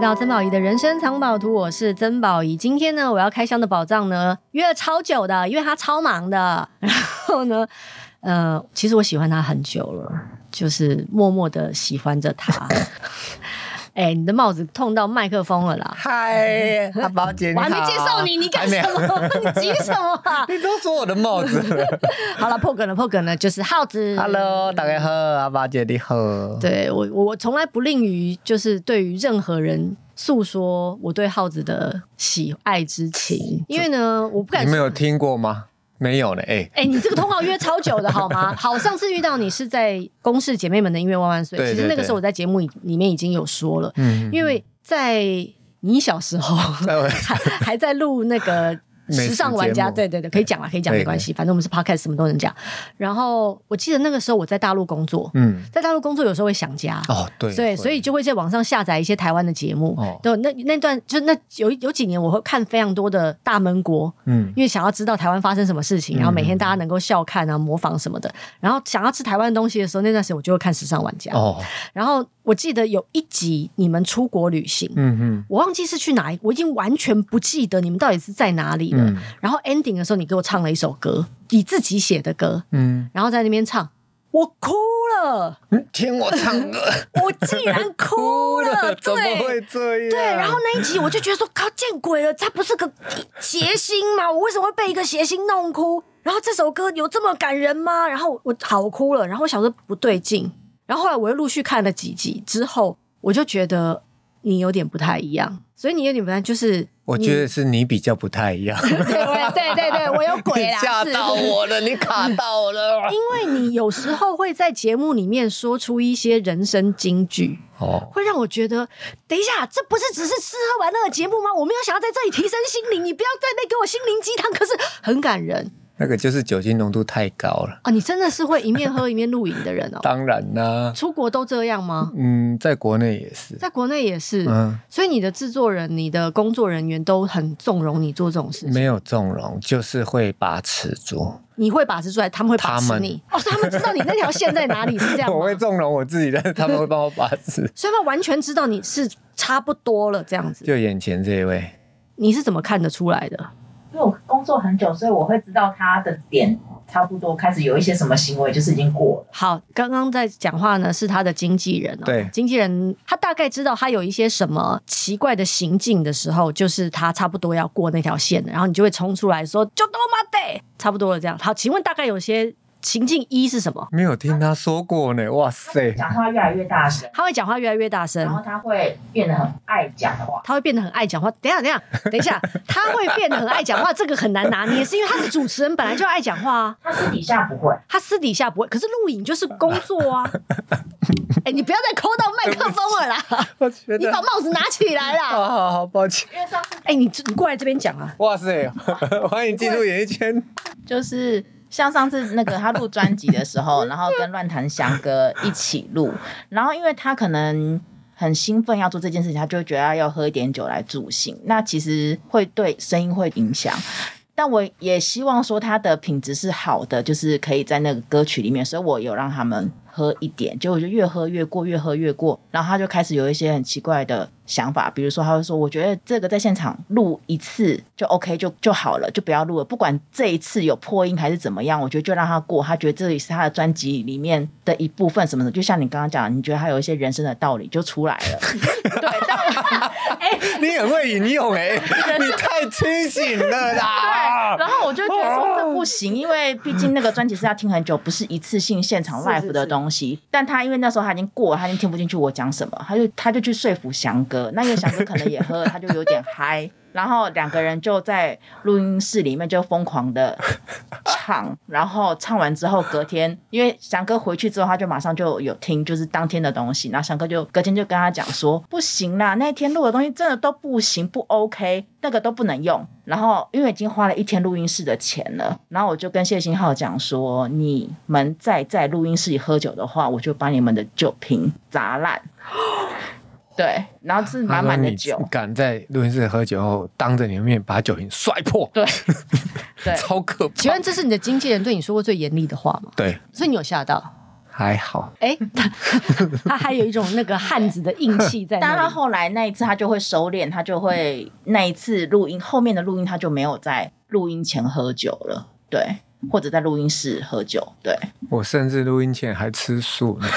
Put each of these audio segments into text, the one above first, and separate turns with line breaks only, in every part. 到曾宝仪的人生藏宝图，我是曾宝仪。今天呢，我要开箱的宝藏呢，约了超久的，因为他超忙的。 然后呢，呃，其实我喜欢他很久了，就是默默的喜欢着 他。哎、你的帽子痛到麦克风了啦！
嗨，阿宝姐，你
我
好
还没介绍你，你干什？么？ 你急什么啊
还？没你都说我的帽子 了。
好了，破梗了，破梗了，就是耗子。
Hello，大家好，阿宝姐你好。
对我，我我从来不吝于就是对于任何人诉说我对耗子的喜爱之情，因为呢，我不敢
你们
说。
有听过吗？没有呢，哎、
哎、你这个通告约超久的好吗？好，上次遇到你是在公视姐妹们的音乐万万岁，
对
其实那
对
个
对
时候我在节目里里面已经有说了，
嗯，
因为在你小时候
在我
还还在录那个。
美食
时尚玩家，
节
对
目
对对，可以讲啦，可以讲，
可以
没关系，反正我们是 podcast，什么都能讲。然后我记得那个时候我在大陆工作，
嗯，
在大陆工作有时候会想家，
哦，对，
对，所以就会在网上下载一些台湾的节目。
哦
对，那那段就那有有几年，我会看非常多的大闷国，
嗯，
因为想要知道台湾发生什么事情，然后每天大家能够笑看啊、模仿什么的。然后想要吃台湾的东西的时候，那段时间我就会看《时尚玩家》
哦，
然后我记得有一集你们出国旅行。
嗯嗯，
我忘记是去哪一，我已经完全不记得你们到底是在哪里了。
嗯
然后 ending 的时候，你给我唱了一首歌，你自己写的歌，
嗯
然后在那边唱，我哭了，
嗯，听我唱歌，
我竟然 哭 了，
怎么
对
会这样？
对，然后那一集我就觉得说，靠，见鬼了，他不是个谐星吗？我为什么会被一个谐星弄哭？然后这首歌有这么感人吗？然后我我好我哭了，然后我想说不对劲，然后后来我又陆续看了几集之后，我就觉得你有点不太一样，所以你有点不太就是，
我觉得是你比较不太一样，
对对对对对，我有鬼
你
啦，
吓
是
到我了，你卡到我了。
因为你有时候会在节目里面说出一些人生金句，
哦，
会让我觉得，等一下，这不是只是吃喝玩乐的节目吗？我没有想要在这里提升心灵，你不要在那边给我心灵鸡汤，可是很感人
那个就是酒精浓度太高了，
啊！你真的是会一面喝一面录影的 人哦。
当然啦、
出国都这样吗？
嗯，在国内也是，
在国内也是，
嗯，
所以你的制作人、你的工作人员都很纵容你做这种事情。
没有纵容，就是会把持住。
你会把持住来，他们会把
他
持
们
你。哦，所以他们知道你那条线在哪里，是这样吗。
我？会纵容我自己，但是他们会帮我把持
所以他们完全知道你是差不多了这样子。
就眼前这一位，
你是怎么看得出来的？
因为我工作很久，所以我会知道他的点差不多开始有一些什么行为，就是已经过了。
好，刚刚在讲话呢，是他的经纪人哦。
对
经纪人他大概知道他有一些什么奇怪的行径的时候，就是他差不多要过那条线了，然后你就会冲出来说“就都妈得”，差不多了这样。好，请问大概有些行径一是什么？
没有听他说过呢。哇塞，
啊
讲话越来越大声，
他会讲话越来越大
然后
声，
他会变得很爱讲话。
他会变得很爱讲话。等一下，等一下，等一下，他会变得很爱讲话，这个很难拿捏，是因为他是主持人，本来就爱讲话啊。
他私底下不会，
他私底下不会，可是录影就是工作啊。哎、你不要再抠到麦克风了啦！
我 觉
你
得
把帽子拿起来 啦！
好好好，抱歉。
因为上次
哦哎、你你过来这边讲啊，
哇塞，欢迎进入演艺圈。
就是像上次那个他录专辑的时候，然后跟乱弹翔哥一起录，然后因为他可能。很兴奋要做这件事情，他就会觉得要喝一点酒来助兴。那其实会对声音会影响，但我也希望说他的品质是好的，就是可以在那个歌曲里面，所以我有让他们喝一点，结果就越喝越过，越喝越过，然后他就开始有一些很奇怪的想法，比如说他会说，我觉得这个在现场录一次就 OK 就就好了，就不要录了，不管这一次有破音还是怎么样，我觉得就让他过，他觉得这里是他的专辑里面的一部分什么的，就像你刚刚讲，你觉得他有一些人生的道理就出来了，对，但我
你很会引用哎、你太清醒了 啦。
然后我就觉得说这不行，因为毕竟那个专辑是要听很久，不是一次性现场 live 的东西。但他因为那时候他已经过了，他已经听不进去我讲什么，他就他就去说服翔哥。那因为翔哥可能也喝了，他就有点嗨。然后两个人就在录音室里面就疯狂的唱， 然后唱完之后隔天，因为翔哥回去之后，他就马上就有听就是当天的东西，然后翔哥就隔天就跟他讲说，不行啦，那一天录的东西真的都不行，不 OK，那个都不能用。然后因为已经花了一天录音室的钱了，然后我就跟谢欣浩讲说，你们再在录音室里喝酒的话，我就把你们的酒瓶砸烂。 对，然后是满满的酒
他说，你敢在录音室喝酒后，当着你的面把酒瓶摔破，
对对，
超可怕。
请问这是你的经纪人对你说过最严厉的话吗？
对，
所以你有吓到？
还好，
哎，他 他还有一种那个汉子的硬气在
但
那
他
里。
后来那一次他就会收敛，他就会那一次录音后面的录音他就没有在录音前喝酒了，对，或者在录音室喝酒，对，
我甚至录音前还吃素呢，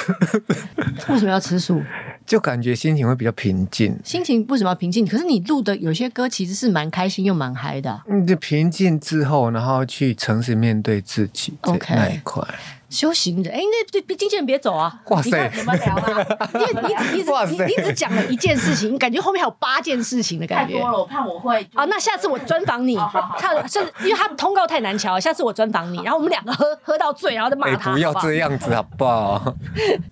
为什么要吃素？
就感觉心情会比较平静。
心情为什么要平静？可是你录的有些歌其实是蛮开心又蛮嗨的啊、
嗯，就平静之后，然后去诚实面对自己这
OK
那一块。
修行人，哎，那对对经纪人别走啊！
哇
你看
塞
我们聊啊，因为你只你
哇
只
塞
你你只讲了一件事情，感觉后面还有八件事情的
太
感觉。
多了，我怕我会就
啊，那下次我专访你，
好好
下下次因为他通告太难瞧，下次我专访你，然后我们两个喝喝到醉，然后再
哎、
骂他。
不要
好好
这样子好 不好？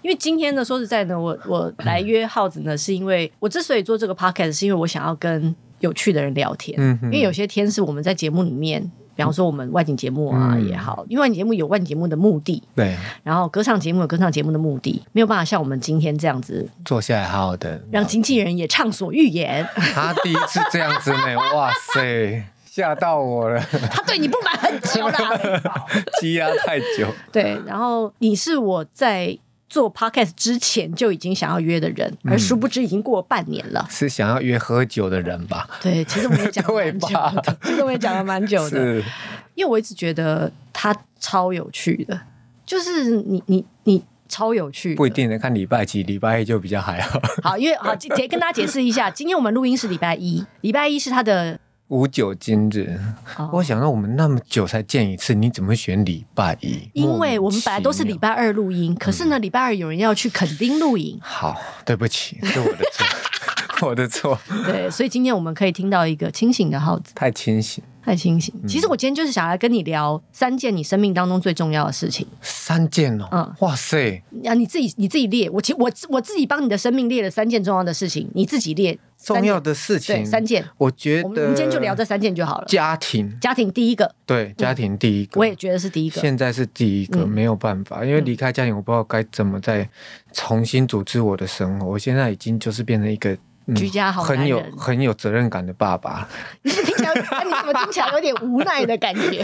因为今天呢，说实在呢，我我来约耗子呢，是因为我之所以做这个 podcast，是因为我想要跟有趣的人聊天。
嗯哼
因为有些天是我们在节目里面，比方说我们外景节目啊
嗯
也好，因为外景节目有外景节目的目的，
对，
然后歌唱节目有歌唱节目的目的，没有办法像我们今天这样子，
坐下来好好的。
让经纪人也畅所欲 言。
他第一次这样 子呢，哇塞，吓到我了，
他对你不满很久了，
积压太久。
对。然后你是我在。做 podcast 之前就已经想要约的人，
嗯
而殊不知已经过了半年了。
是想要约喝酒的人吧？
对，其实我们也讲了
对
蛮 久
吧
的， 其实我们也讲了蛮久的。
是，
因为我一直觉得他超有趣的，就是你你你超有趣的，
不一定的，看礼拜几，礼拜一就比较还好。
好，因为好解解跟大家解释一下，今天我们录音是礼拜一，礼拜一是他的
无酒精日，
哦
我想到我们那么久才见一次，你怎么会选礼拜一？
因为我们本来都是礼
莫名其妙。嗯
拜二录音，可是呢，礼拜二有人要去垦丁露营，
好，对不起，是我的 错，我的错，
对，所以今天我们可以听到一个清醒的耗子，
太清醒。
太清醒。其
嗯
实我今天就是想来跟你聊三件你生命当中最重要的事情
三件哦，
嗯
哇塞，
啊，你自己你自己列，我其我我自己帮你的生命列了三件重要的事情，你自己列三
重
件
要的事情，
对三件，
我觉
我们
得
我们今天就聊这三件就好了。
家庭，
家庭第一个，
对家庭第一个，
我也觉得嗯是第一个。
现在是第一个，没有办法，因为离开家庭，我不知道该怎么再重新组织我的生活。我现在已经就是变成一个、嗯
居家好男
很有
人
很有责任感的爸爸，
你怎么听起来，哎你怎么听起来有点无奈的感 觉？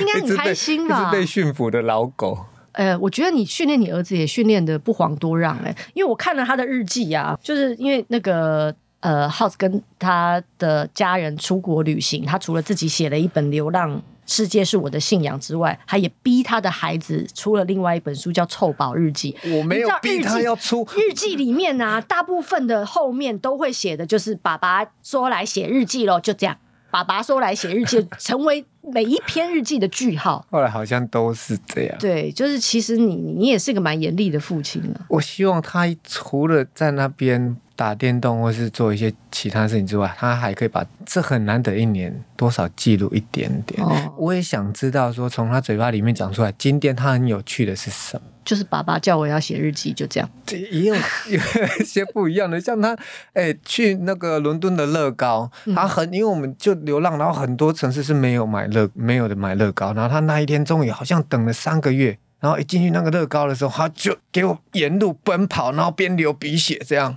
应该
一直
很
被
开心啊
一
吧
直？被驯服的老狗。
呃，我觉得你训练你儿子也训练的不遑多让哎、因为我看了他的日记啊，就是因为那个呃，House 跟他的家人出国旅行，他除了自己写了一本《流浪世界是我的信仰》之外，他也逼他的孩子出了另外一本书叫《臭宝日记》。
我没有逼他要出，
日记里面啊，大部分的后面都会写的就是爸爸说来写日记咯，就这样。爸爸说来写日记，成为每一篇日记的句号。
后来好像都是这样。
对，就是其实你你你也是个蛮严厉的父亲啊。
我希望他除了在那边打电动或是做一些其他事情之外，他还可以把这很难得一年多少记录一点点。
哦，
我也想知道说从他嘴巴里面讲出来，今天他很有趣的是什么。
就是爸爸叫我要写日记，就这样。
这也有有 一些不一样的，像他，哎、去那个伦敦的乐高，他很，因为我们就流浪，然后很多城市是没有买乐，没有的买乐高，然后他那一天终于好像等了三个月，然后一进去那个乐高的时候，他就给我沿路奔跑，然后边流鼻血，这样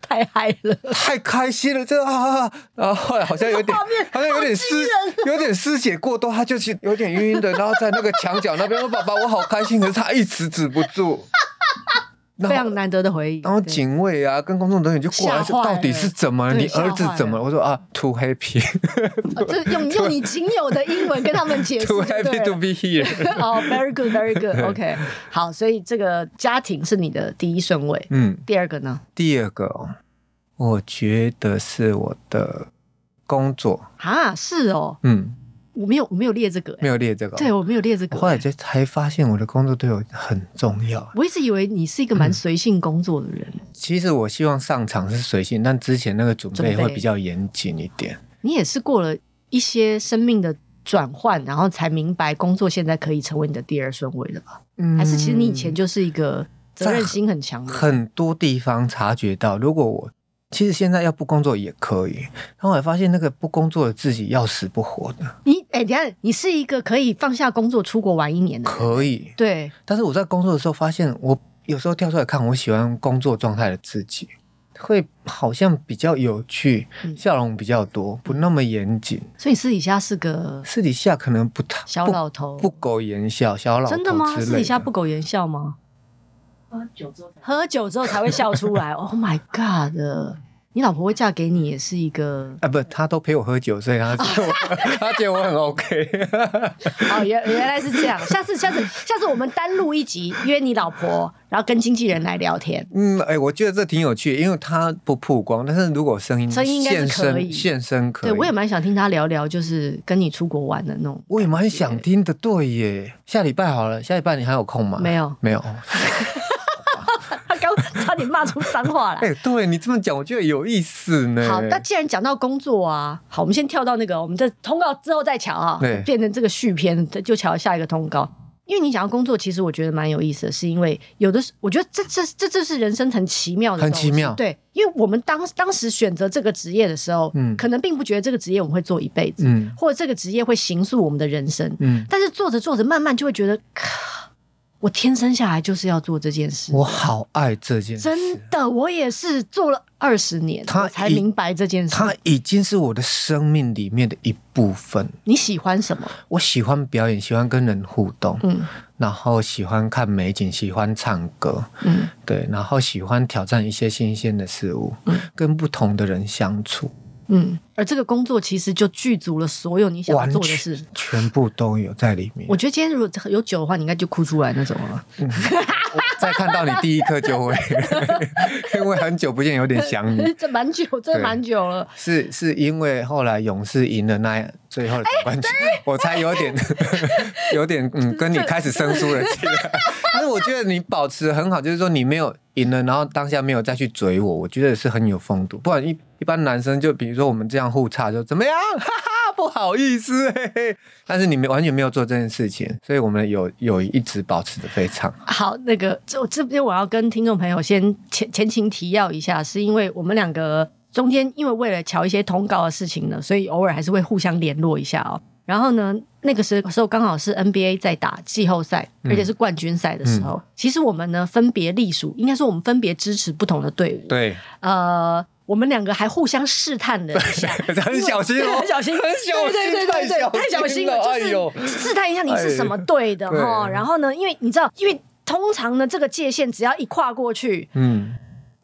太嗨了，
太开心了，这啊，啊然后后来好像有点，好像有点失，有点失血过多，他就是有点晕晕的，然后在那个墙角那边，我爸爸我好开心，可是他一直止不住。然
非
后
常难得的回忆。
然后
对
警卫啊，跟工作人员就过来，
吓
是
坏了
到底是怎么了？
对
你儿子怎么了？我说啊，too happy，too
哦就是 用用你仅有的英文跟他们解释就对
happy to
了。
be here。
哦，very good，very good，OK，、好，所以这个家庭是你的第一顺位，
嗯，
第二个呢？
第二个哦，我觉得是我的工作，
啊，是哦，
嗯，
我没有，我没有列这个、欸，
没有列这个。哦
对，我没有列这
我
个。
后来就才发现我的工作对我很重要。
我一直以为你是一个
嗯
蛮随性工作的人，
其实我希望上场是随性，但之前那个准备
准备
会比较严谨一点。
你也是过了一些生命的转换，然后才明白工作现在可以成为你的第二顺位了吧？
嗯
还是其实你以前就是一个责任心很强的人？
很多地方察觉到，如果我其实现在要不工作也可以，然后我发现那个不工作的自己要死不活的，
你哎、等一下，你是一个可以放下工作出国玩一年的人，
可以。
对，
但是我在工作的时候发现，我有时候跳出来看，我喜欢工作状态的自己，会好像比较有趣，
嗯
笑容比较多，不那么严谨。
所以私底下是个
私底下可能不太
小老头，
不不苟言笑，小老头
真的吗？
之类
私底下不苟言笑吗？
喝酒之后才
喝酒之后才会笑出来。oh my god！你老婆会嫁给你也是一个
啊，不，他都陪我喝酒，所以他他觉得我很 OK。
哦，原原来是这样。下次下次下次我们单录一集，约你老婆，然后跟经纪人来聊天。
嗯，哎、我觉得这挺有趣，因为他不曝光，但是如果声音
声音应该是
现
可以
身现身可以，
对，我也蛮想听他聊聊，就是跟你出国玩的那种。
我也蛮想听的，对耶。下礼拜好了，下礼拜你还有空吗？
没有
没有。
他刚差点骂出脏话
哎、
来。
对你这么讲，我觉得有意思呢。
好，那既然讲到工作啊，好，我们先跳到那个，我们这通告之后再瞧啊
对，
变成这个续篇，就瞧下一个通告。因为你讲到工作，其实我觉得蛮有意思的，是因为有的时，我觉得这这这这是人生很奇妙的东
很
西，
奇妙
对，因为我们当当时选择这个职业的时候，
嗯
可能并不觉得这个职业我们会做一辈子，
嗯
或者这个职业会形塑我们的人生。
嗯，
但是做着做着，慢慢就会觉得，咔我天生下来就是要做这件事。
我好爱这件事，
真的，我也是做了二十年，
他
我才
一
明白这件事。
它已经是我的生命里面的一部分。
你喜欢什么？
我喜欢表演，喜欢跟人互动，
嗯
然后喜欢看美景，喜欢唱歌，
嗯，
对，然后喜欢挑战一些新鲜的事物，跟不同的人相处，
嗯。而这个工作其实就具足了所有你想要
完
做的
全
事。
全部都有在里面
我。觉得今天如果有酒的话，你应该就哭出来那种了。
再看到你第一刻就会， 因为很久不见，有点想你。
这蛮久，真的蛮久了。
是是因为后来勇士赢了那最后的总
哎
冠军， 我才有点有点嗯，跟你开始生疏 了起来。但是我觉得你保持很好，就是说你没有赢了，然后当下没有再去追我，我觉得是很有风度。不然一一般男生就比如说我们这样互差，就怎么样， 哈哈，不好意思、嘿嘿。但是你们完全没有做这件事情，所以我们有有一直保持的非常好。
好，那个这这边我要跟听众朋友先前前情提要一下，是因为我们两个中间因为为了瞧一些通告的事情呢，所以偶尔还是会互相联络一下哦。然后呢，那个时时候刚好是 NBA 在打季后赛，而且是冠军赛的时候。其实我们呢分别隶属，应该说我们分别支持不同的队伍。
对，
呃，我们两个还互相试探了一下，
很小心哦，
很小心，
很小
对
心，
对对对对，
太
太
小
小
心
心
了，
了，
哎
就
呦。
是试探一下你是什么队的
哎
哈。
对
然后呢，因为你知道，因为通常呢，这个界限只要一跨过去，
嗯，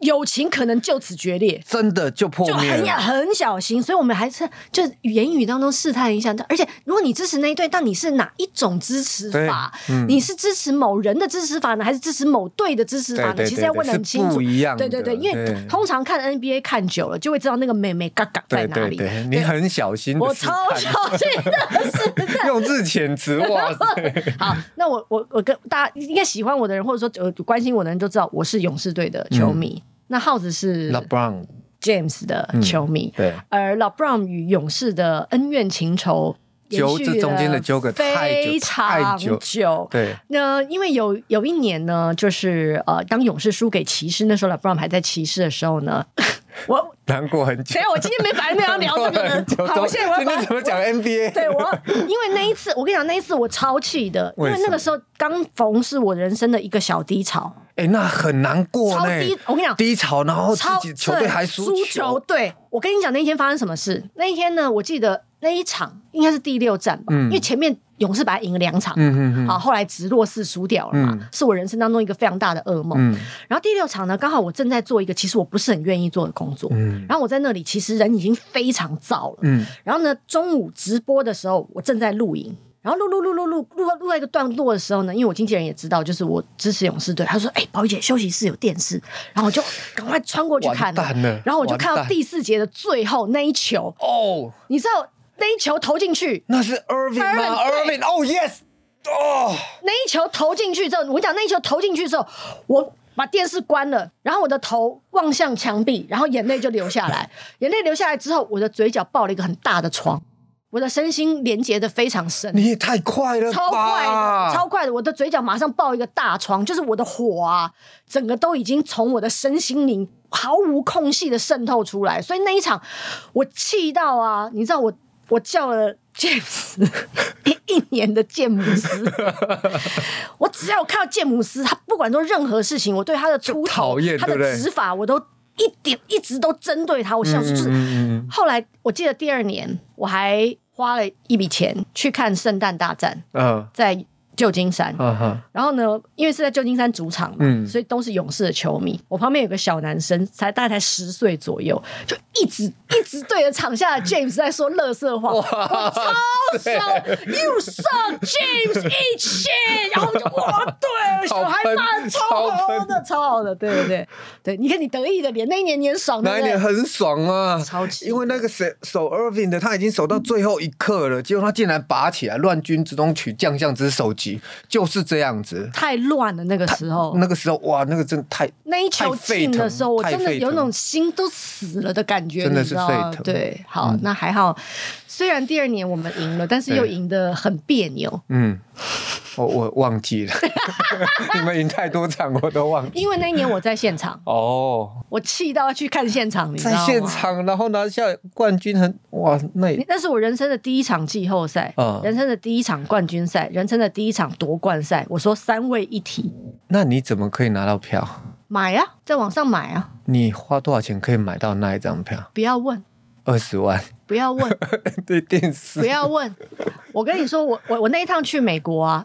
友情可能就此决裂。
真的就破
就
灭了。
很很小心，所以我们还是就言语当中试探一下。而且，如果你支持那一队，但你是哪一种支持法？
对嗯
你是支持某人的支持法呢，还是支持某队的支持法呢？
对对对
其实要问的很清
是
楚。
不一样的
对对对，因为
对
通常看 NBA 看久了，就会知道那个美美嘎嘎在
对
哪
对
里。
对，你很小心
我
的试
超小
探，
心的试探。
用字遣词，哇塞，
好，那我我我跟大家应该喜欢我的人，或者说呃关心我的人都知道，我是勇士队的球迷。
嗯
那耗子是
LeBron，
James 的球迷，
嗯对，
而 LeBron 与勇士的恩怨情仇延
纠
续
这中间的
了
纠葛太久
非常
太久
久。
对，
那因为有有一年呢，就是呃，当勇士输给骑士，那时候 LeBron 还在骑士的时候 呢，我
难过很久
等一。下我今天没反正要聊这 个
难过
呢，
很久
好，我现在我要
今
把
天怎么讲
对
NBA？
我要，因为那一次，我跟你讲，那一次我超气的，因
为
为
什么
那个时候刚逢是我人生的一个小低潮，
哎，那很难过
超
呢
低。我跟你讲
低潮，然哦后自
超
己球队还
输
输
球。，哦对我跟你讲，那一天发生什么事？那一天呢，我记得那一场应该是第六战吧，
嗯
因为前面勇士本来赢了两场，
嗯嗯
好，
嗯，
后来直落四输掉了嘛，
嗯
是我人生当中一个非常大的噩梦。
嗯
然后第六场呢，刚好我正在做一个其实我不是很愿意做的工作，
嗯
然后我在那里其实人已经非常燥了，
嗯
然后呢，中午直播的时候，我正在录影，然后录录录录录录到录到一个段落的时候呢，因为我经纪人也知道，就是我支持勇士队，他说：“哎、宝仪姐，休息室有电视。”然后我就赶快穿过去看
完蛋了
然后我就看到
完蛋
第四节的最后那一球，
哦，
你知道那一球投进去，
那是 Irving 吗
Irving，对
？Irving，哦 yes，哦，
那一球投进去之后，我跟你讲那一球投进去之后，我。把电视关了，然后我的头望向墙壁，然后眼泪就流下 来。眼泪流下来之后，我的嘴角爆了一个很大的疮，我的身心连接的非常深。
你也太快了吧，
超快的，超快的，我的嘴角马上爆一个大疮，就是我的火啊，整个都已经从我的身心灵毫无空隙的渗透出来，所以那一场我气到啊，你知道我 我叫了 James 一一年的詹姆斯，我只要看到詹姆斯，他不管做任何事情，我对他的出头
讨厌
他的
对不对
指法我都
一点一直都针对他，我想说就是。
嗯嗯
后来我记得第二年我还花了一笔钱去看圣诞大战，
嗯
在旧金山。
嗯嗯
然后呢，因为是在旧金山主场嘛，
嗯
所以都是勇士的球迷。我旁边有个小男生，才大概才十岁左右，就一直一直对着场下的 James 在说乐色话，我超熟，You suck James eat shit，然后我就哇，对，小孩骂得超
好
好
喷
的，超好的，对对对对，你看你得意的哦脸，那一年你很爽，对不
那一
对
年？很爽啊，
超级
因为那个谁守 Irving 的他已经守到最后一刻了，结果他竟然拔起来，乱军之中取将相之首级，就是这样子。
太乱了，那个时候，
那个时候哇，那个真的太
那一球
太沸
进的
腾
时候，我
太
真的
沸
有
腾
种心都死了的感觉，
真的
你
是
知道吗
沸腾嗯
对，好，那还好，虽然第二年我们赢了，但是又
对
赢得很别扭，
嗯，我我忘 记了，你们赢太多场我都忘记。
因为那一年我在现场，
哦，
我气到要去看现场，你知道
在
吗？
现场然后拿下冠军很哇，那也
那是我人生的第一场季后赛，
嗯
人生的第一场冠军赛，人生的第一场夺冠赛。我说三位一体，
那你怎么可以拿到票？
买啊，在网上买啊，
你花多少钱可以买到那一张票？
不要问，
二十万，
不要问，
对电
不
视。
要问。我跟你说，我我我那一趟去美国啊，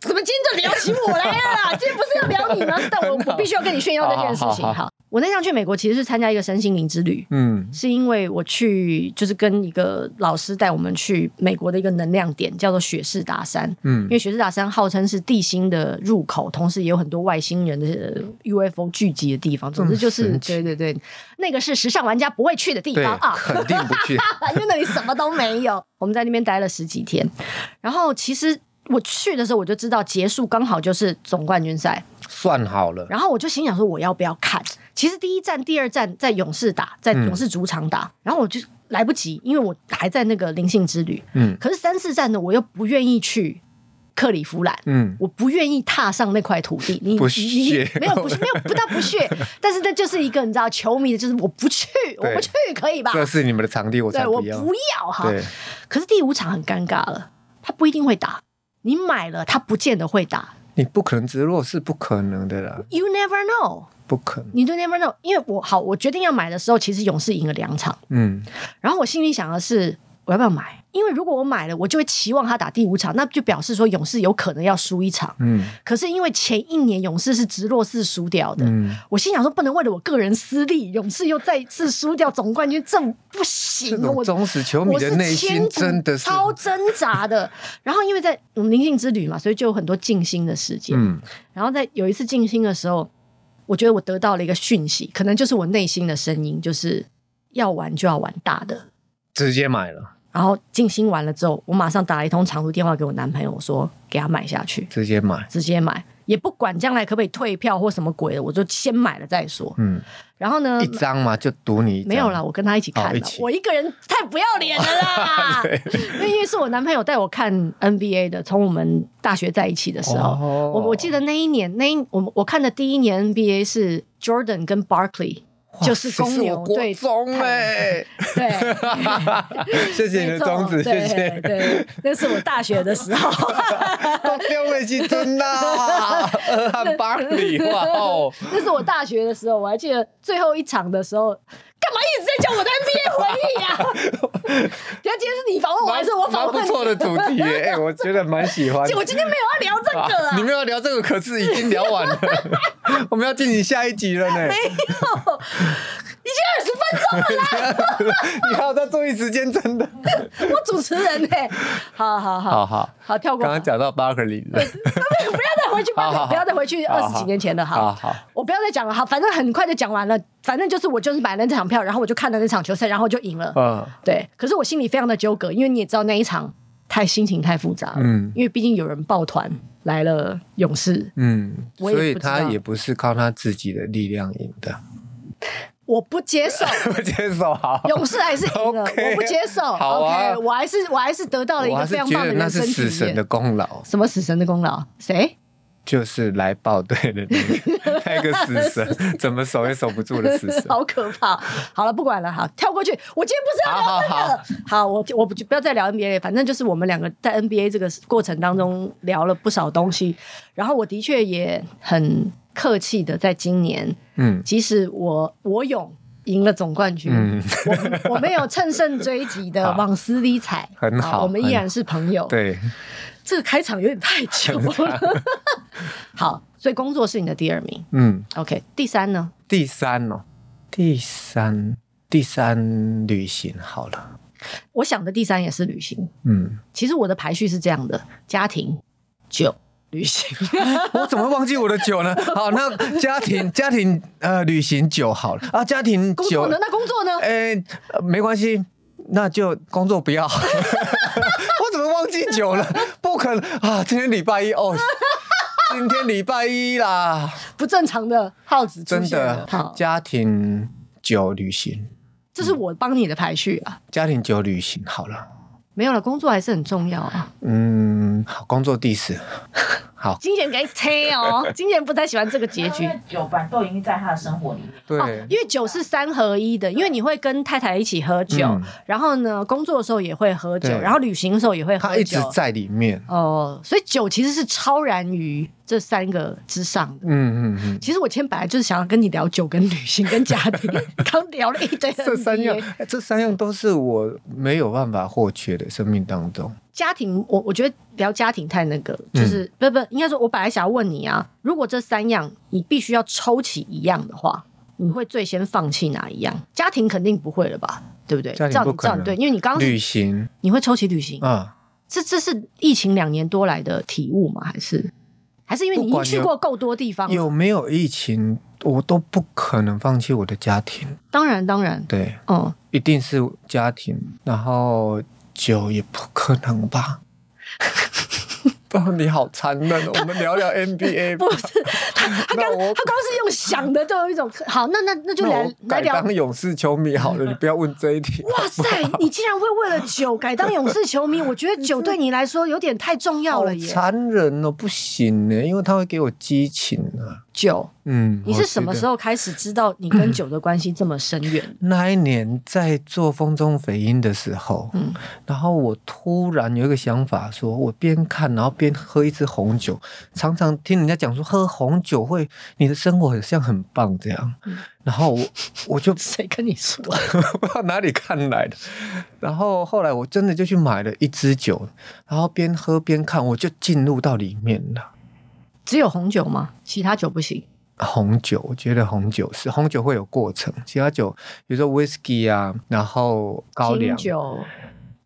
怎么今天就聊起我来了啦？ 今天不是要聊你吗？但我我必须要跟你炫耀这件事情。
哦好好好
好，我那趟去美国其实是参加一个身心灵之旅。
嗯
是因为我去，就是跟一个老师带我们去美国的一个能量点，叫做雪士达山。
嗯
因为雪士达山号称是地心的入口，同时也有很多外星人的呃 UFO 聚集的地方。总之就是，
嗯神
对
奇
对对，那个是时尚玩家不会去的地
对
方，啊。
肯定不去。
因为那里什么都没有。 我们在那边待了十几天，然后其实我去的时候我就知道结束刚好就是总冠军赛，
算好了，
然后我就心想说我要不要看？其实第一站、第二站在勇士打，在
嗯
勇士主场打，然后我就来不及，因为我还在那个灵性之旅。
嗯
可是三四站呢，我又不愿意去克利夫兰。
嗯，
我不愿意踏上那块土地，你
不
你你
屑
没有不是没有不到不 屑，但是那就是一个你知道球迷的，就是我不去，我不去可以吧？
这是你们的场地，我才
对我
不要。
不要哈。
对，
可是第五场很尴尬了，他不一定会打。你买了，他不见得会打。
你不可能直落是不可能的啦，
You never know，
不可能。
你都 never know。因为我好，我决定要买的时候，其实勇士赢了两场。
嗯，
然后我心里想的是，我要不要买？因为如果我买了，我就会期望他打第五场，那就表示说勇士有可能要输一场。
嗯
可是因为前一年勇士是直落四输掉的，
嗯，
我心想说不能为了我个人私利，勇士又再一次输掉总冠军，这不
这
行。啊
种
我
忠实球迷
我
的
是
内
千
心
古
真的是，
超挣扎的。然后因为在我们灵性之旅嘛，所以就有很多静心的时间。
嗯
然后在有一次静心的时候，我觉得我得到了一个讯息，可能就是我内心的声音，就是要玩就要玩大的。
直接买了，
然后静心完了之后，我马上打了一通长途电话给我男朋友，我说给他买下去，
直接买。
直接买，也不管将来可不可以退票或什么鬼的，我就先买了再说。
嗯，
然后呢
一，张嘛，就赌你一张。
没有啦，我跟他一起看
哦一
了，
起。
我一个人太不要脸了啦
对，
因 为因为是我男朋友带我看 NBA 的，从我们大学在一起的时候，
哦
我我记得那一年，那一我们我看的第一年 NBA 是 Jordan 跟 Barkley，就是
这
公
是
牛
我
对
国中哎，
对。
谢谢你的宗旨，
没错
谢
对对。
谢
对，那是我大学的时候，
丢了几吨 呐，二汉啊巴里哇 哦，
那是我大学的时候，我还记得最后一场的时候，干嘛一直在叫我的 NBA 回忆啊？ 等一下今天是你访问我，还是我
蛮
访问
不
你？
错的主题耶，哎，我觉得蛮喜 欢的。
我今天没有要聊这个啊
你们要聊这个，可是已经聊完 了，我们要进行下一集了呢。
已经二十分钟了。
你还有在注意时间，真的。
我主持人呢、 好好好
好好，
好跳过
刚
吧，
刚讲到巴克利了，
不要再回去，不
好好
要
好
不要再回去
好
二
好
十几年前的
好
好。
好，
我不要再讲了，好，反正很快就讲完了。反正就是我就是买了那场票，然后我就看了那场球赛，然后就赢了。
嗯
对，可是我心里非常的纠葛，因为你也知道那一场太心情太复杂了，
嗯
因为毕竟有人抱团来了勇士，
嗯，
我也
所以
不知道
他也不是靠他自己的力量赢的，
我不接 受。
不接受好。
勇士还是赢了
OK
我不接受。
好啊
OK，我还是我还是得到了一
我
个
还是
非常
觉
棒
得
的
那
人
是
生
死
体
神的
验。
功劳，
什么死神的功劳？谁？。
就是来报队的那个那个死神，怎么守也守不住的死神
好可怕！好了，不管了，好跳过去。我今天不是要聊这个，
好好
好我我不不要再聊 NBA，反正就是我们两个在 NBA 这个过程当中聊了不少东西，然后我的确也很客气的，在今年，
嗯
即使我我勇赢了总冠军，
嗯，
我我没有乘胜追击的
好
往死里踩，
很好
我们依然是朋友。，
对，
这个开场有点太久 了。好，所以工作是你的第二名
嗯，
，OK，第三呢？
第三哦，第三第三旅行好了，
我想的第三也是旅行。
嗯，
其实我的排序是这样的：家庭、酒、旅行。
我怎么会忘记我的酒呢？ 好，那家庭家庭呃旅行酒好了啊，家庭
工
酒
作呢？那工作呢？
哎、呃没关系，那就工作不要。 我怎么忘记酒了？不可能啊！今天礼拜一哦，今天礼拜一啦，
不正常的耗子出
真
现了。
的
好，，
家庭酒旅行，
这是我帮你的排序啊。
家庭酒旅行好了。
没有了，工作还是很重要啊。
嗯，好，工作第四，好，
金钱给推哦，金钱不太喜欢这个结局
因。为酒吧都已经在他的生活里面，
对，
哦，因为酒是三合一的，因为你会跟太太一起喝酒，
嗯
然后呢，工作的时候也会喝酒，
对
然后旅行的时候也会喝
他
酒。
一直在里面。
哦，所以酒其实是超然于这三个之上的。
嗯嗯嗯，
其实我今天本来就是想要跟你聊酒、跟旅行、跟家 庭，刚聊了一堆 NBA。
这三样，哎这三样都是我没有办法或缺的生命当中。
家庭，我我觉得聊家庭太那个了，就是、不不，应该说，我本来想要问你啊，如果这三样你必须要抽起一样的话，你会最先放弃哪一样？家庭肯定不会了吧？对不对？
家庭
照
不
你
可
照你
能
对，因为你刚刚是
旅行
你会抽起旅行，
啊。
这这是疫情两年多来的体悟吗？还是还是因为你已经
不管
去
有
过够多地方了？
有没有疫情，我都不可能放弃我的家庭，
当然当然，
对，
嗯，
一定是家庭，然后酒也不可 能吧。哦，你好残忍哦！我们聊聊 NBA 吧。
他刚
那
他
我
光是用想的都有一种好，那那那就
那
来
我
来
改
聊
当勇士球迷好了，你不要问这一题。
哇塞，你竟然会为了酒改当勇士球迷，我觉得酒对你来说有点太重要
好
了耶。
哦残忍哦，不行呢，因为他会给我激情啊。
酒，
嗯，
你是什么时
候？
候开始知道你跟酒的关系这么深远？
那一年在做风中肥音的时候，
嗯
然后我突然有一个想法说，我边看然后边喝一支红酒，常常听人家讲说喝红酒会你的生活好像很棒这样，
嗯
然后我我就
谁跟你说？
不知道哪里看来的，然后后来我真的就去买了一支酒，然后边喝边看，我就进入到里面了。
只有红酒吗？其他酒不行。
红酒，我觉得红酒是红酒会有过程，其他酒比如说 whisky 啊，然后高
清
粱、
酒，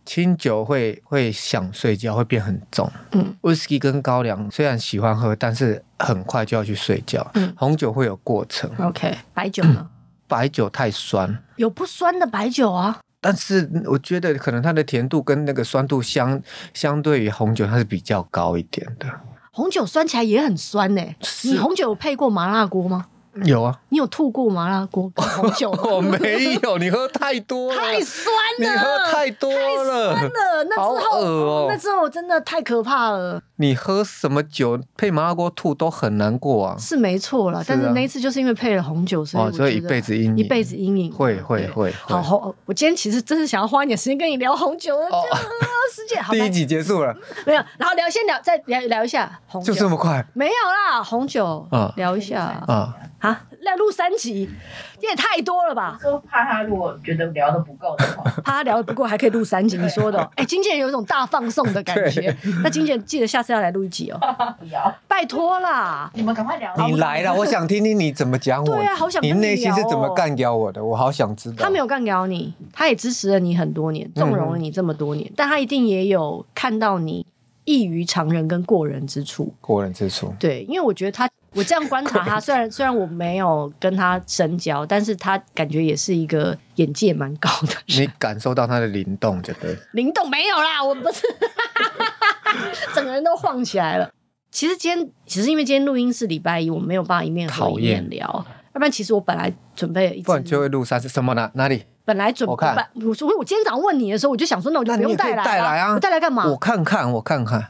清酒会会想睡觉，会变很重。
嗯
，whisky 跟高粱虽然喜欢喝，但是很快就要去睡觉。
嗯
红酒会有过程，
，OK，白酒呢？
白酒太酸，
有不酸的白酒啊，
但是我觉得可能它的甜度跟那个酸度相相对于红酒，它是比较高一点的。
红酒酸起来也很酸呢、
是
你红酒有配过麻辣锅吗？
有 啊，
你有吐过麻辣锅跟红酒
我
吗？
哦没有，你喝太多了，
太酸
你
了，
喝太多了，
真 的，那之
好
后、
恶哦
那之后真的太可怕了，
你喝什么酒配麻辣锅吐都很难过啊。
是没错了。但是那一次就是因为配了红酒，所以我
哦，
觉得
所以一辈子阴影，
一辈子阴影。
会会
对
会会
好红，我今天其实真是想要花一点时间跟你聊红酒的啊
哦
世界，好
第一
吧？
集结束了，
没有，然后聊先聊，再聊聊一下红酒。
就这么快
没有啦，红酒
啊
聊一下
啊！
啊，来录三集，你也太多了吧？
说怕他如果觉得聊的不够的话，
怕他聊得不过还可以录 三集，你说的哦，哎，经纪人有一种大放送的感觉。那经纪人记得下次要来录一集哦，
不要，
拜托啦。
你们赶快聊。
你来了，我想听听你怎么讲我。
对啊好想跟
你
你
内心是
聊
怎么
哦
干掉我的，我好想知道。
他没有干掉你，他也支持了你很多年，纵
嗯
容了你这么多年，但他一定也有看到你异于常人跟过人之处。
过人之处，
对，因为我觉得他，我这样观察他，虽然虽然我没有跟他深交，但是他感觉也是一个眼界蛮高的人。
你感受到他的灵动，对不对？
灵动没有啦，我不 是，整个人都晃起来了。其实今天只是因为今天录音是礼拜一，我没有办法一面喝
讨
一
厌
面聊，要不然其实我本来准备了一
不然
直
就会录三次什么哪哪里？
本来准
我
备
看
办，我说我今天早上问你的时候，我就想说，那我就
那
不
你
用
也可以
带来
带来啊
我带来干嘛？
我看看，我看看，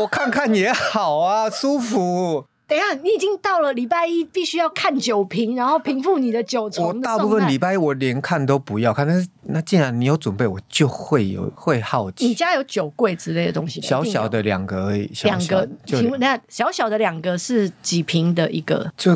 我看看也好啊，舒服。
等一下，你已经到了礼拜一，必须要看酒瓶，然后平复你的酒
我
虫的
大部分
状态
礼拜一我连看都不要看，但是那既然你有准备，我就会有会好
你
奇。
家有酒柜之类的东西吗？
小小
一
的两个而已，
定有
小
两
小
个
的，就
请问等一下小小的两个是几瓶的一个，
就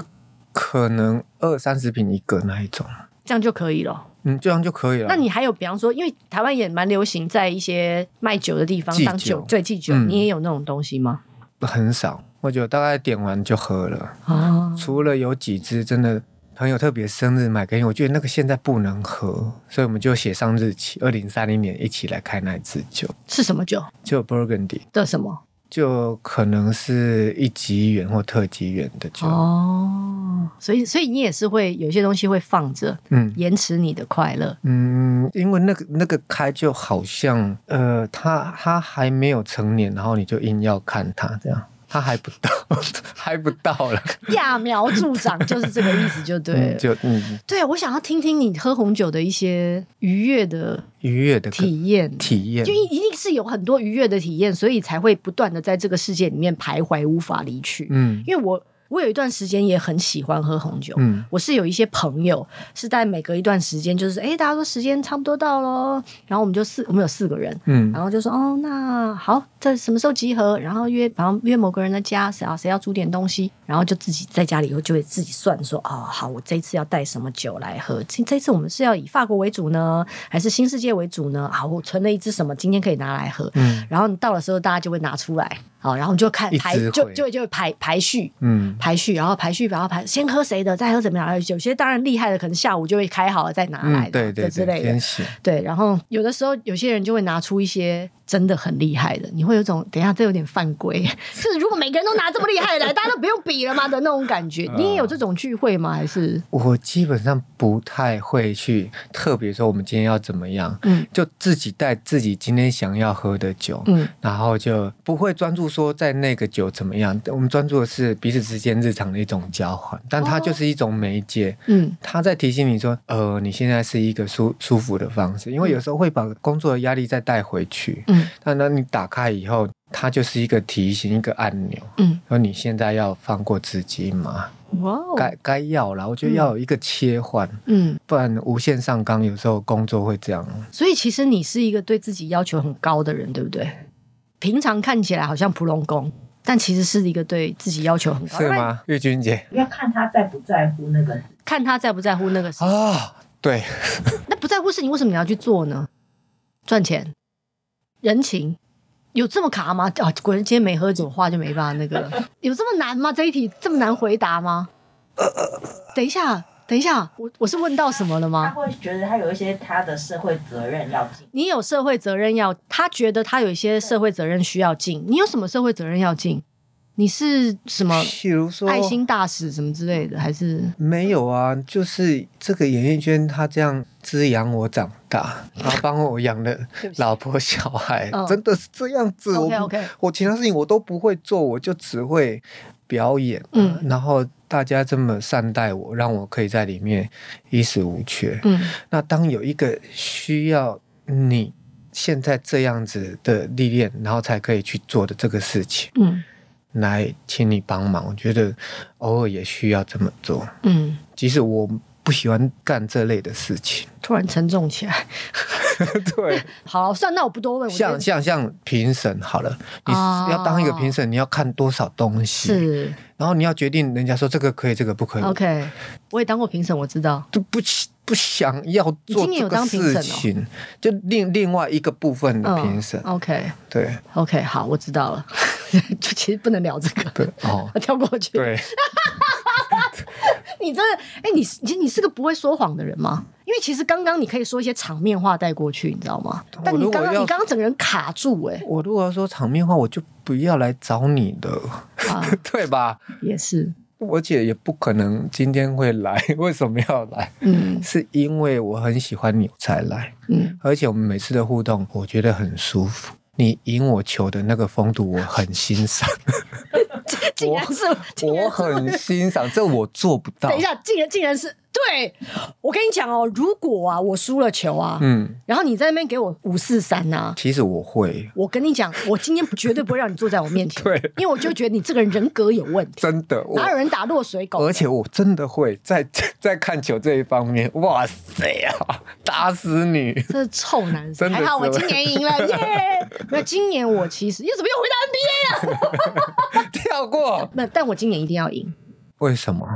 可能二三十瓶一个那一种，
这样就可以了。
嗯，这样就可以了。
那你还有，比方说，因为台湾也蛮流行在一些卖酒的地方
啊祭
当
酒
酒对祭酒，
嗯
你也有那种东西吗？
很少，我酒大概点完就喝了，
啊，
除了有几支真的。朋友特别生日买给你，我觉得那个现在不能喝，所以我们就写上日期，二零三零年一起来开那一支酒，
是什么酒
就 Burgundy，
的什么？
就可能是一级元或特级元的酒，
哦，所以所以你也是会有些东西会放着，
嗯，
延迟你的快乐。
嗯，因为那个那个开就好像，呃，他他还没有成年，然后你就硬要看他这样，他还不到， 还不到了，
揠苗助长就是这个意思，就对
嗯
了。
就嗯
对，我想要听听你喝红酒的一些愉悦的
愉悦的
体验。
体验
就，一一定是有很多愉悦的体验，所以才会不断的在这个世界里面徘徊，无法离去。
嗯
因为我我有一段时间也很喜欢喝红酒，
嗯
我是有一些朋友是在每隔一段时间，就是诶，大家说时间差不多到咯，然后我们就四我们有四个人，
嗯
然后就说哦，那好，这什么时候集合？然后约，然后约某个人的家，谁啊谁要煮点东西，然后就自己在家里以后就会自己算说，哦，好，我这一次要带什么酒来喝？这这一次我们是要以法国为主呢，还是新世界为主呢？啊，我存了一支什么，今天可以拿来喝。
嗯
然后你到的时候，大家就会拿出来，好，然后你就看
一
排
支，
就
会
就就排排序，
嗯
排序，然后排序，然后排先喝谁的，再喝怎么样？然后有些当然厉害的，可能下午就会开好了再拿来的、
嗯，对对
之
对，
类的
先。洗，
对，然后有的时候有些人就会拿出一些真的很厉害的，你会有种等一下这有点犯规， 就是如果每个人都拿这么厉害的来，大家都不用比了吗的那种感觉。你也
嗯
有这种聚会吗？还是
我基本上不太会去特别说我们今天要怎么样，
嗯
就自己带自己今天想要喝的酒，
嗯
然后就不会专注说在那个酒怎么样，我们专注的是彼此之间日常的一种交换，但它就是一种媒介。
嗯
它在提醒你说，呃，你现在是一个舒舒服的方式，因为有时候会把工作的压力再带回去。
嗯
但当你打开以后，它就是一个提醒，一个按钮，
嗯，
说你现在要放过自己嘛，
哇哦，
该该要啦。我觉得要有一个切换，
嗯，
不然无限上纲，有时候工作会这样。
所以其实你是一个对自己要求很高的人，对不对？平常看起来好像普龙宫，但其实是一个对自己要求很高。
是
要不然
吗，玉君姐？
要看他在不在乎那个。
看他在不在乎那个事
啊、对，
那不在乎事情，为什么你要去做呢？赚钱、人情，有这么卡吗？啊，果然今天没喝酒，话就没办法那个了。有这么难吗？这一题这么难回答吗？等一下，等一下，我我是问到什么了
他
啊
吗？
会觉得他有一些他的社会责任要尽，
你有社会责任要，他觉得他有一些社会责任需要尽。你有什么社会责任要尽？你是什么
譬如说
爱心大使什么之类的，还是
没有啊，就是这个演艺圈，他这样滋养我长大，然后帮 我养了老婆小孩
嗯，
真的是这样子。我
OK OK？
我其他事情我都不会做，我就只会表演。
嗯
然后大家这么善待我，让我可以在里面衣食无缺。
嗯
那当有一个需要你现在这样子的历练，然后才可以去做的这个事情，
嗯
来请你帮忙，我觉得偶尔也需要这么做。
嗯，
即使我不喜欢干这类的事情。
突然沉重起来。
对，
好，算那我不多问。我觉
像
得
像像评审好了，你
哦
要当一个评审，你要看多少东西，
是
然后你要决定人家说这个可以，这个不可以，
OK，我也当过评审，我知道。
都不不想要
你
做
今年
这
有
个
当评审哦嗯
事情，就另另外一个部分的评审，
OK
对
OK，好，我知道了。 就其实不能聊这个，
对哦。
跳过去。
对，
你真的，哎、你你你是个不会说谎的人吗？因为其实刚刚你可以说一些场面话带过去，你知道吗？但你
如果
刚刚
要
你刚刚整个人卡住、 哎
我如果要说场面话，我就不要来找你了，
哎，啊，
对吧？
也是，
我姐也不可能今天会来，为什么要来？
嗯
是因为我很喜欢你才来。
嗯，
而且我们每次的互动，我觉得很舒服。你赢我球的那个风度，我很欣赏。
竟然是，竟然
我
是
很欣赏，这我做不到。
等一，下，竟然竟然是对我跟你讲哦，如果啊我输了球啊，
嗯，
然后你在那边给我五四三啊呐。
其实我会，
我跟你讲，我今天绝对不会让你坐在我面前，
对
因为我就觉得你这个人人格有问题，
真的，我
哪有人打落水狗？
而且我真的会在 在看球这一方面，哇塞啊，打死你！
这是臭男生，
真的
还好我
是
今年赢了， 耶！没有，今年我其实你怎么又回到 NBA 啊？
跳过，
那但我今年一定要赢，
为什么？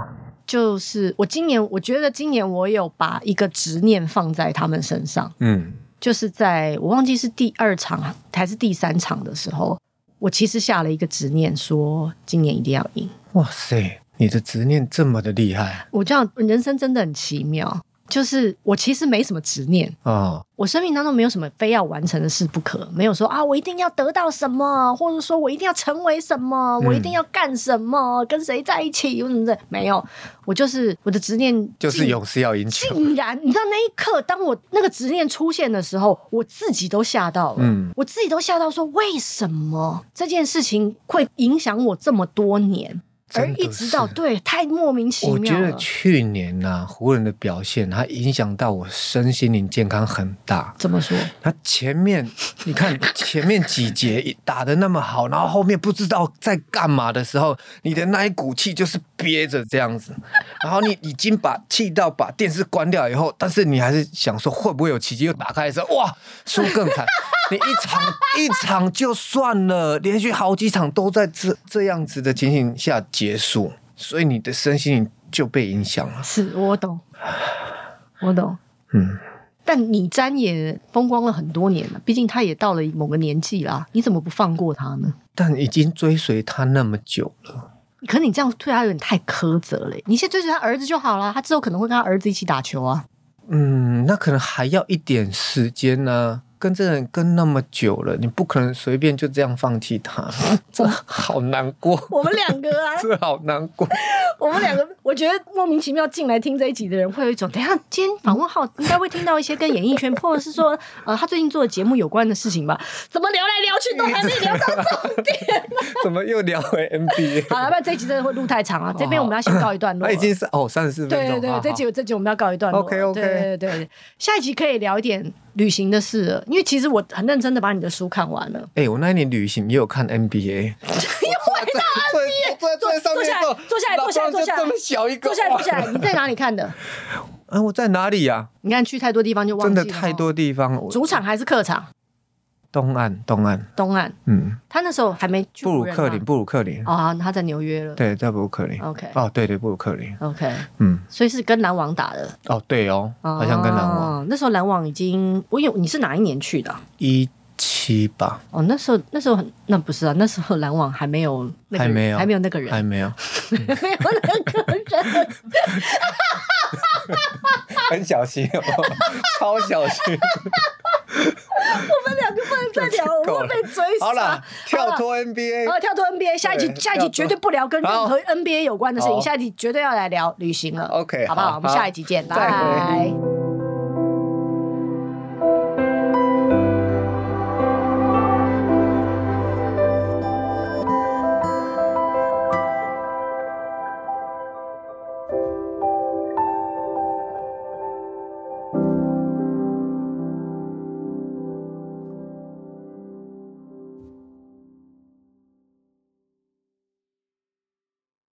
就是我今年我觉得今年我有把一个执念放在他们身上，
嗯，
就是在我忘记是第二场还是第三场的时候，我其实下了一个执念，说今年一定要赢。
哇塞，你的执念这么的厉害
我这样人生真的很奇妙，就是我其实没什么执念，
啊、
我生命当中没有什么非要完成的事不可，没有说啊，我一定要得到什么，或者说我一定要成为什么，
嗯
我一定要干什么，跟谁在一起，什么的没有。我就是我的执念
就是
竟
勇士要赢球，
竟然，你知道那一刻，当我那个执念出现的时候，我自己都吓到了，
嗯
我自己都吓到说，为什么这件事情会影响我这么多年？而
真的
一直到
是
对，太莫名其
我觉
妙
得
了。
去年呐、湖人的表现，它影响到我身心灵健康很大。
怎么说？
他前面你看前面几节打的那么好，然后后面不知道在干嘛的时候，你的那一股气就是憋着这样子，然后你已经把气到把电视关掉以后，但是你还是想说会不会有奇迹？又打开的时候，哇，输更惨。你一场一场就算了，连续好几场都在这这样子的情形下结束，所以你的身心就被影响了。
是我 懂，我懂。
嗯，
但你詹也风光了很多年了，毕竟他也到了某个年纪啦，你怎么不放过他呢？
但已经追随他那么久了。
可你这样对他有点太苛责了耶。你先追随他儿子就好了，他之后可能会跟他儿子一起打球啊。
嗯，那可能还要一点时间呢、跟这人跟那么久了，你不可能随便就这样放弃他， 这好难过，
我们两个啊，
这好难过。
我们两个，我觉得莫名其妙进来听这一集的人，会有一种，等一下今天访问号应该会听到一些跟演艺圈或者是说， 呃，他最近做的节目有关的事情吧？怎么聊来聊去都还没聊到 重点？
怎么又聊回 NBA？
好了，不然这一集真的会录太长啊了，这边我们要先告一段落
那
了。
已经是哦三十四分
对对
钟，
对
好，
这集这集我们要告一段落了。
OK，OK
对对对对，下一集可以聊一点旅行的事了，因为其实我很认真的把你的书看完了。
哎、我那一年旅行也有看 NBA，我坐在最坐在最上面的时候
坐下来坐下来
老
坐下来坐下来
爸就这么小一个，
坐下来，
哇
坐下来， 你在哪里看的？
啊，我在哪里呀、
你看去太多地方就忘
真
记了
的
哦。
太多地方，我
主场还是客场？
东岸东岸，
东岸，
嗯，
他那时候还没去
布鲁
湖人
克
吗
林布鲁克林，
哦，好他在纽约了。
对，在布鲁克林。
OK
哦，对对，布鲁克林，
OK，
嗯。
所以是跟篮网打的，
哦，对哦，好像跟篮网
哦。那时候篮网已经，我有你是哪一年去的啊、
一七吧，
哦，那时候那时候很那不是啊，那时候篮网还没有那个
还
人
没有，
还没有那个人，
还没有，
没有那个人。
很小心哦， 超小心。
两个不能再聊，我会被追杀。
好了，跳
好
脱 NBA，
了。哦，跳脱 NBA，下一集
对
下一集绝对不聊跟任
好
何 NBA 有关的事情，
好
下一集绝对要来聊旅行了。
OK，
好不好？
好
我们下一集见，
再会
拜。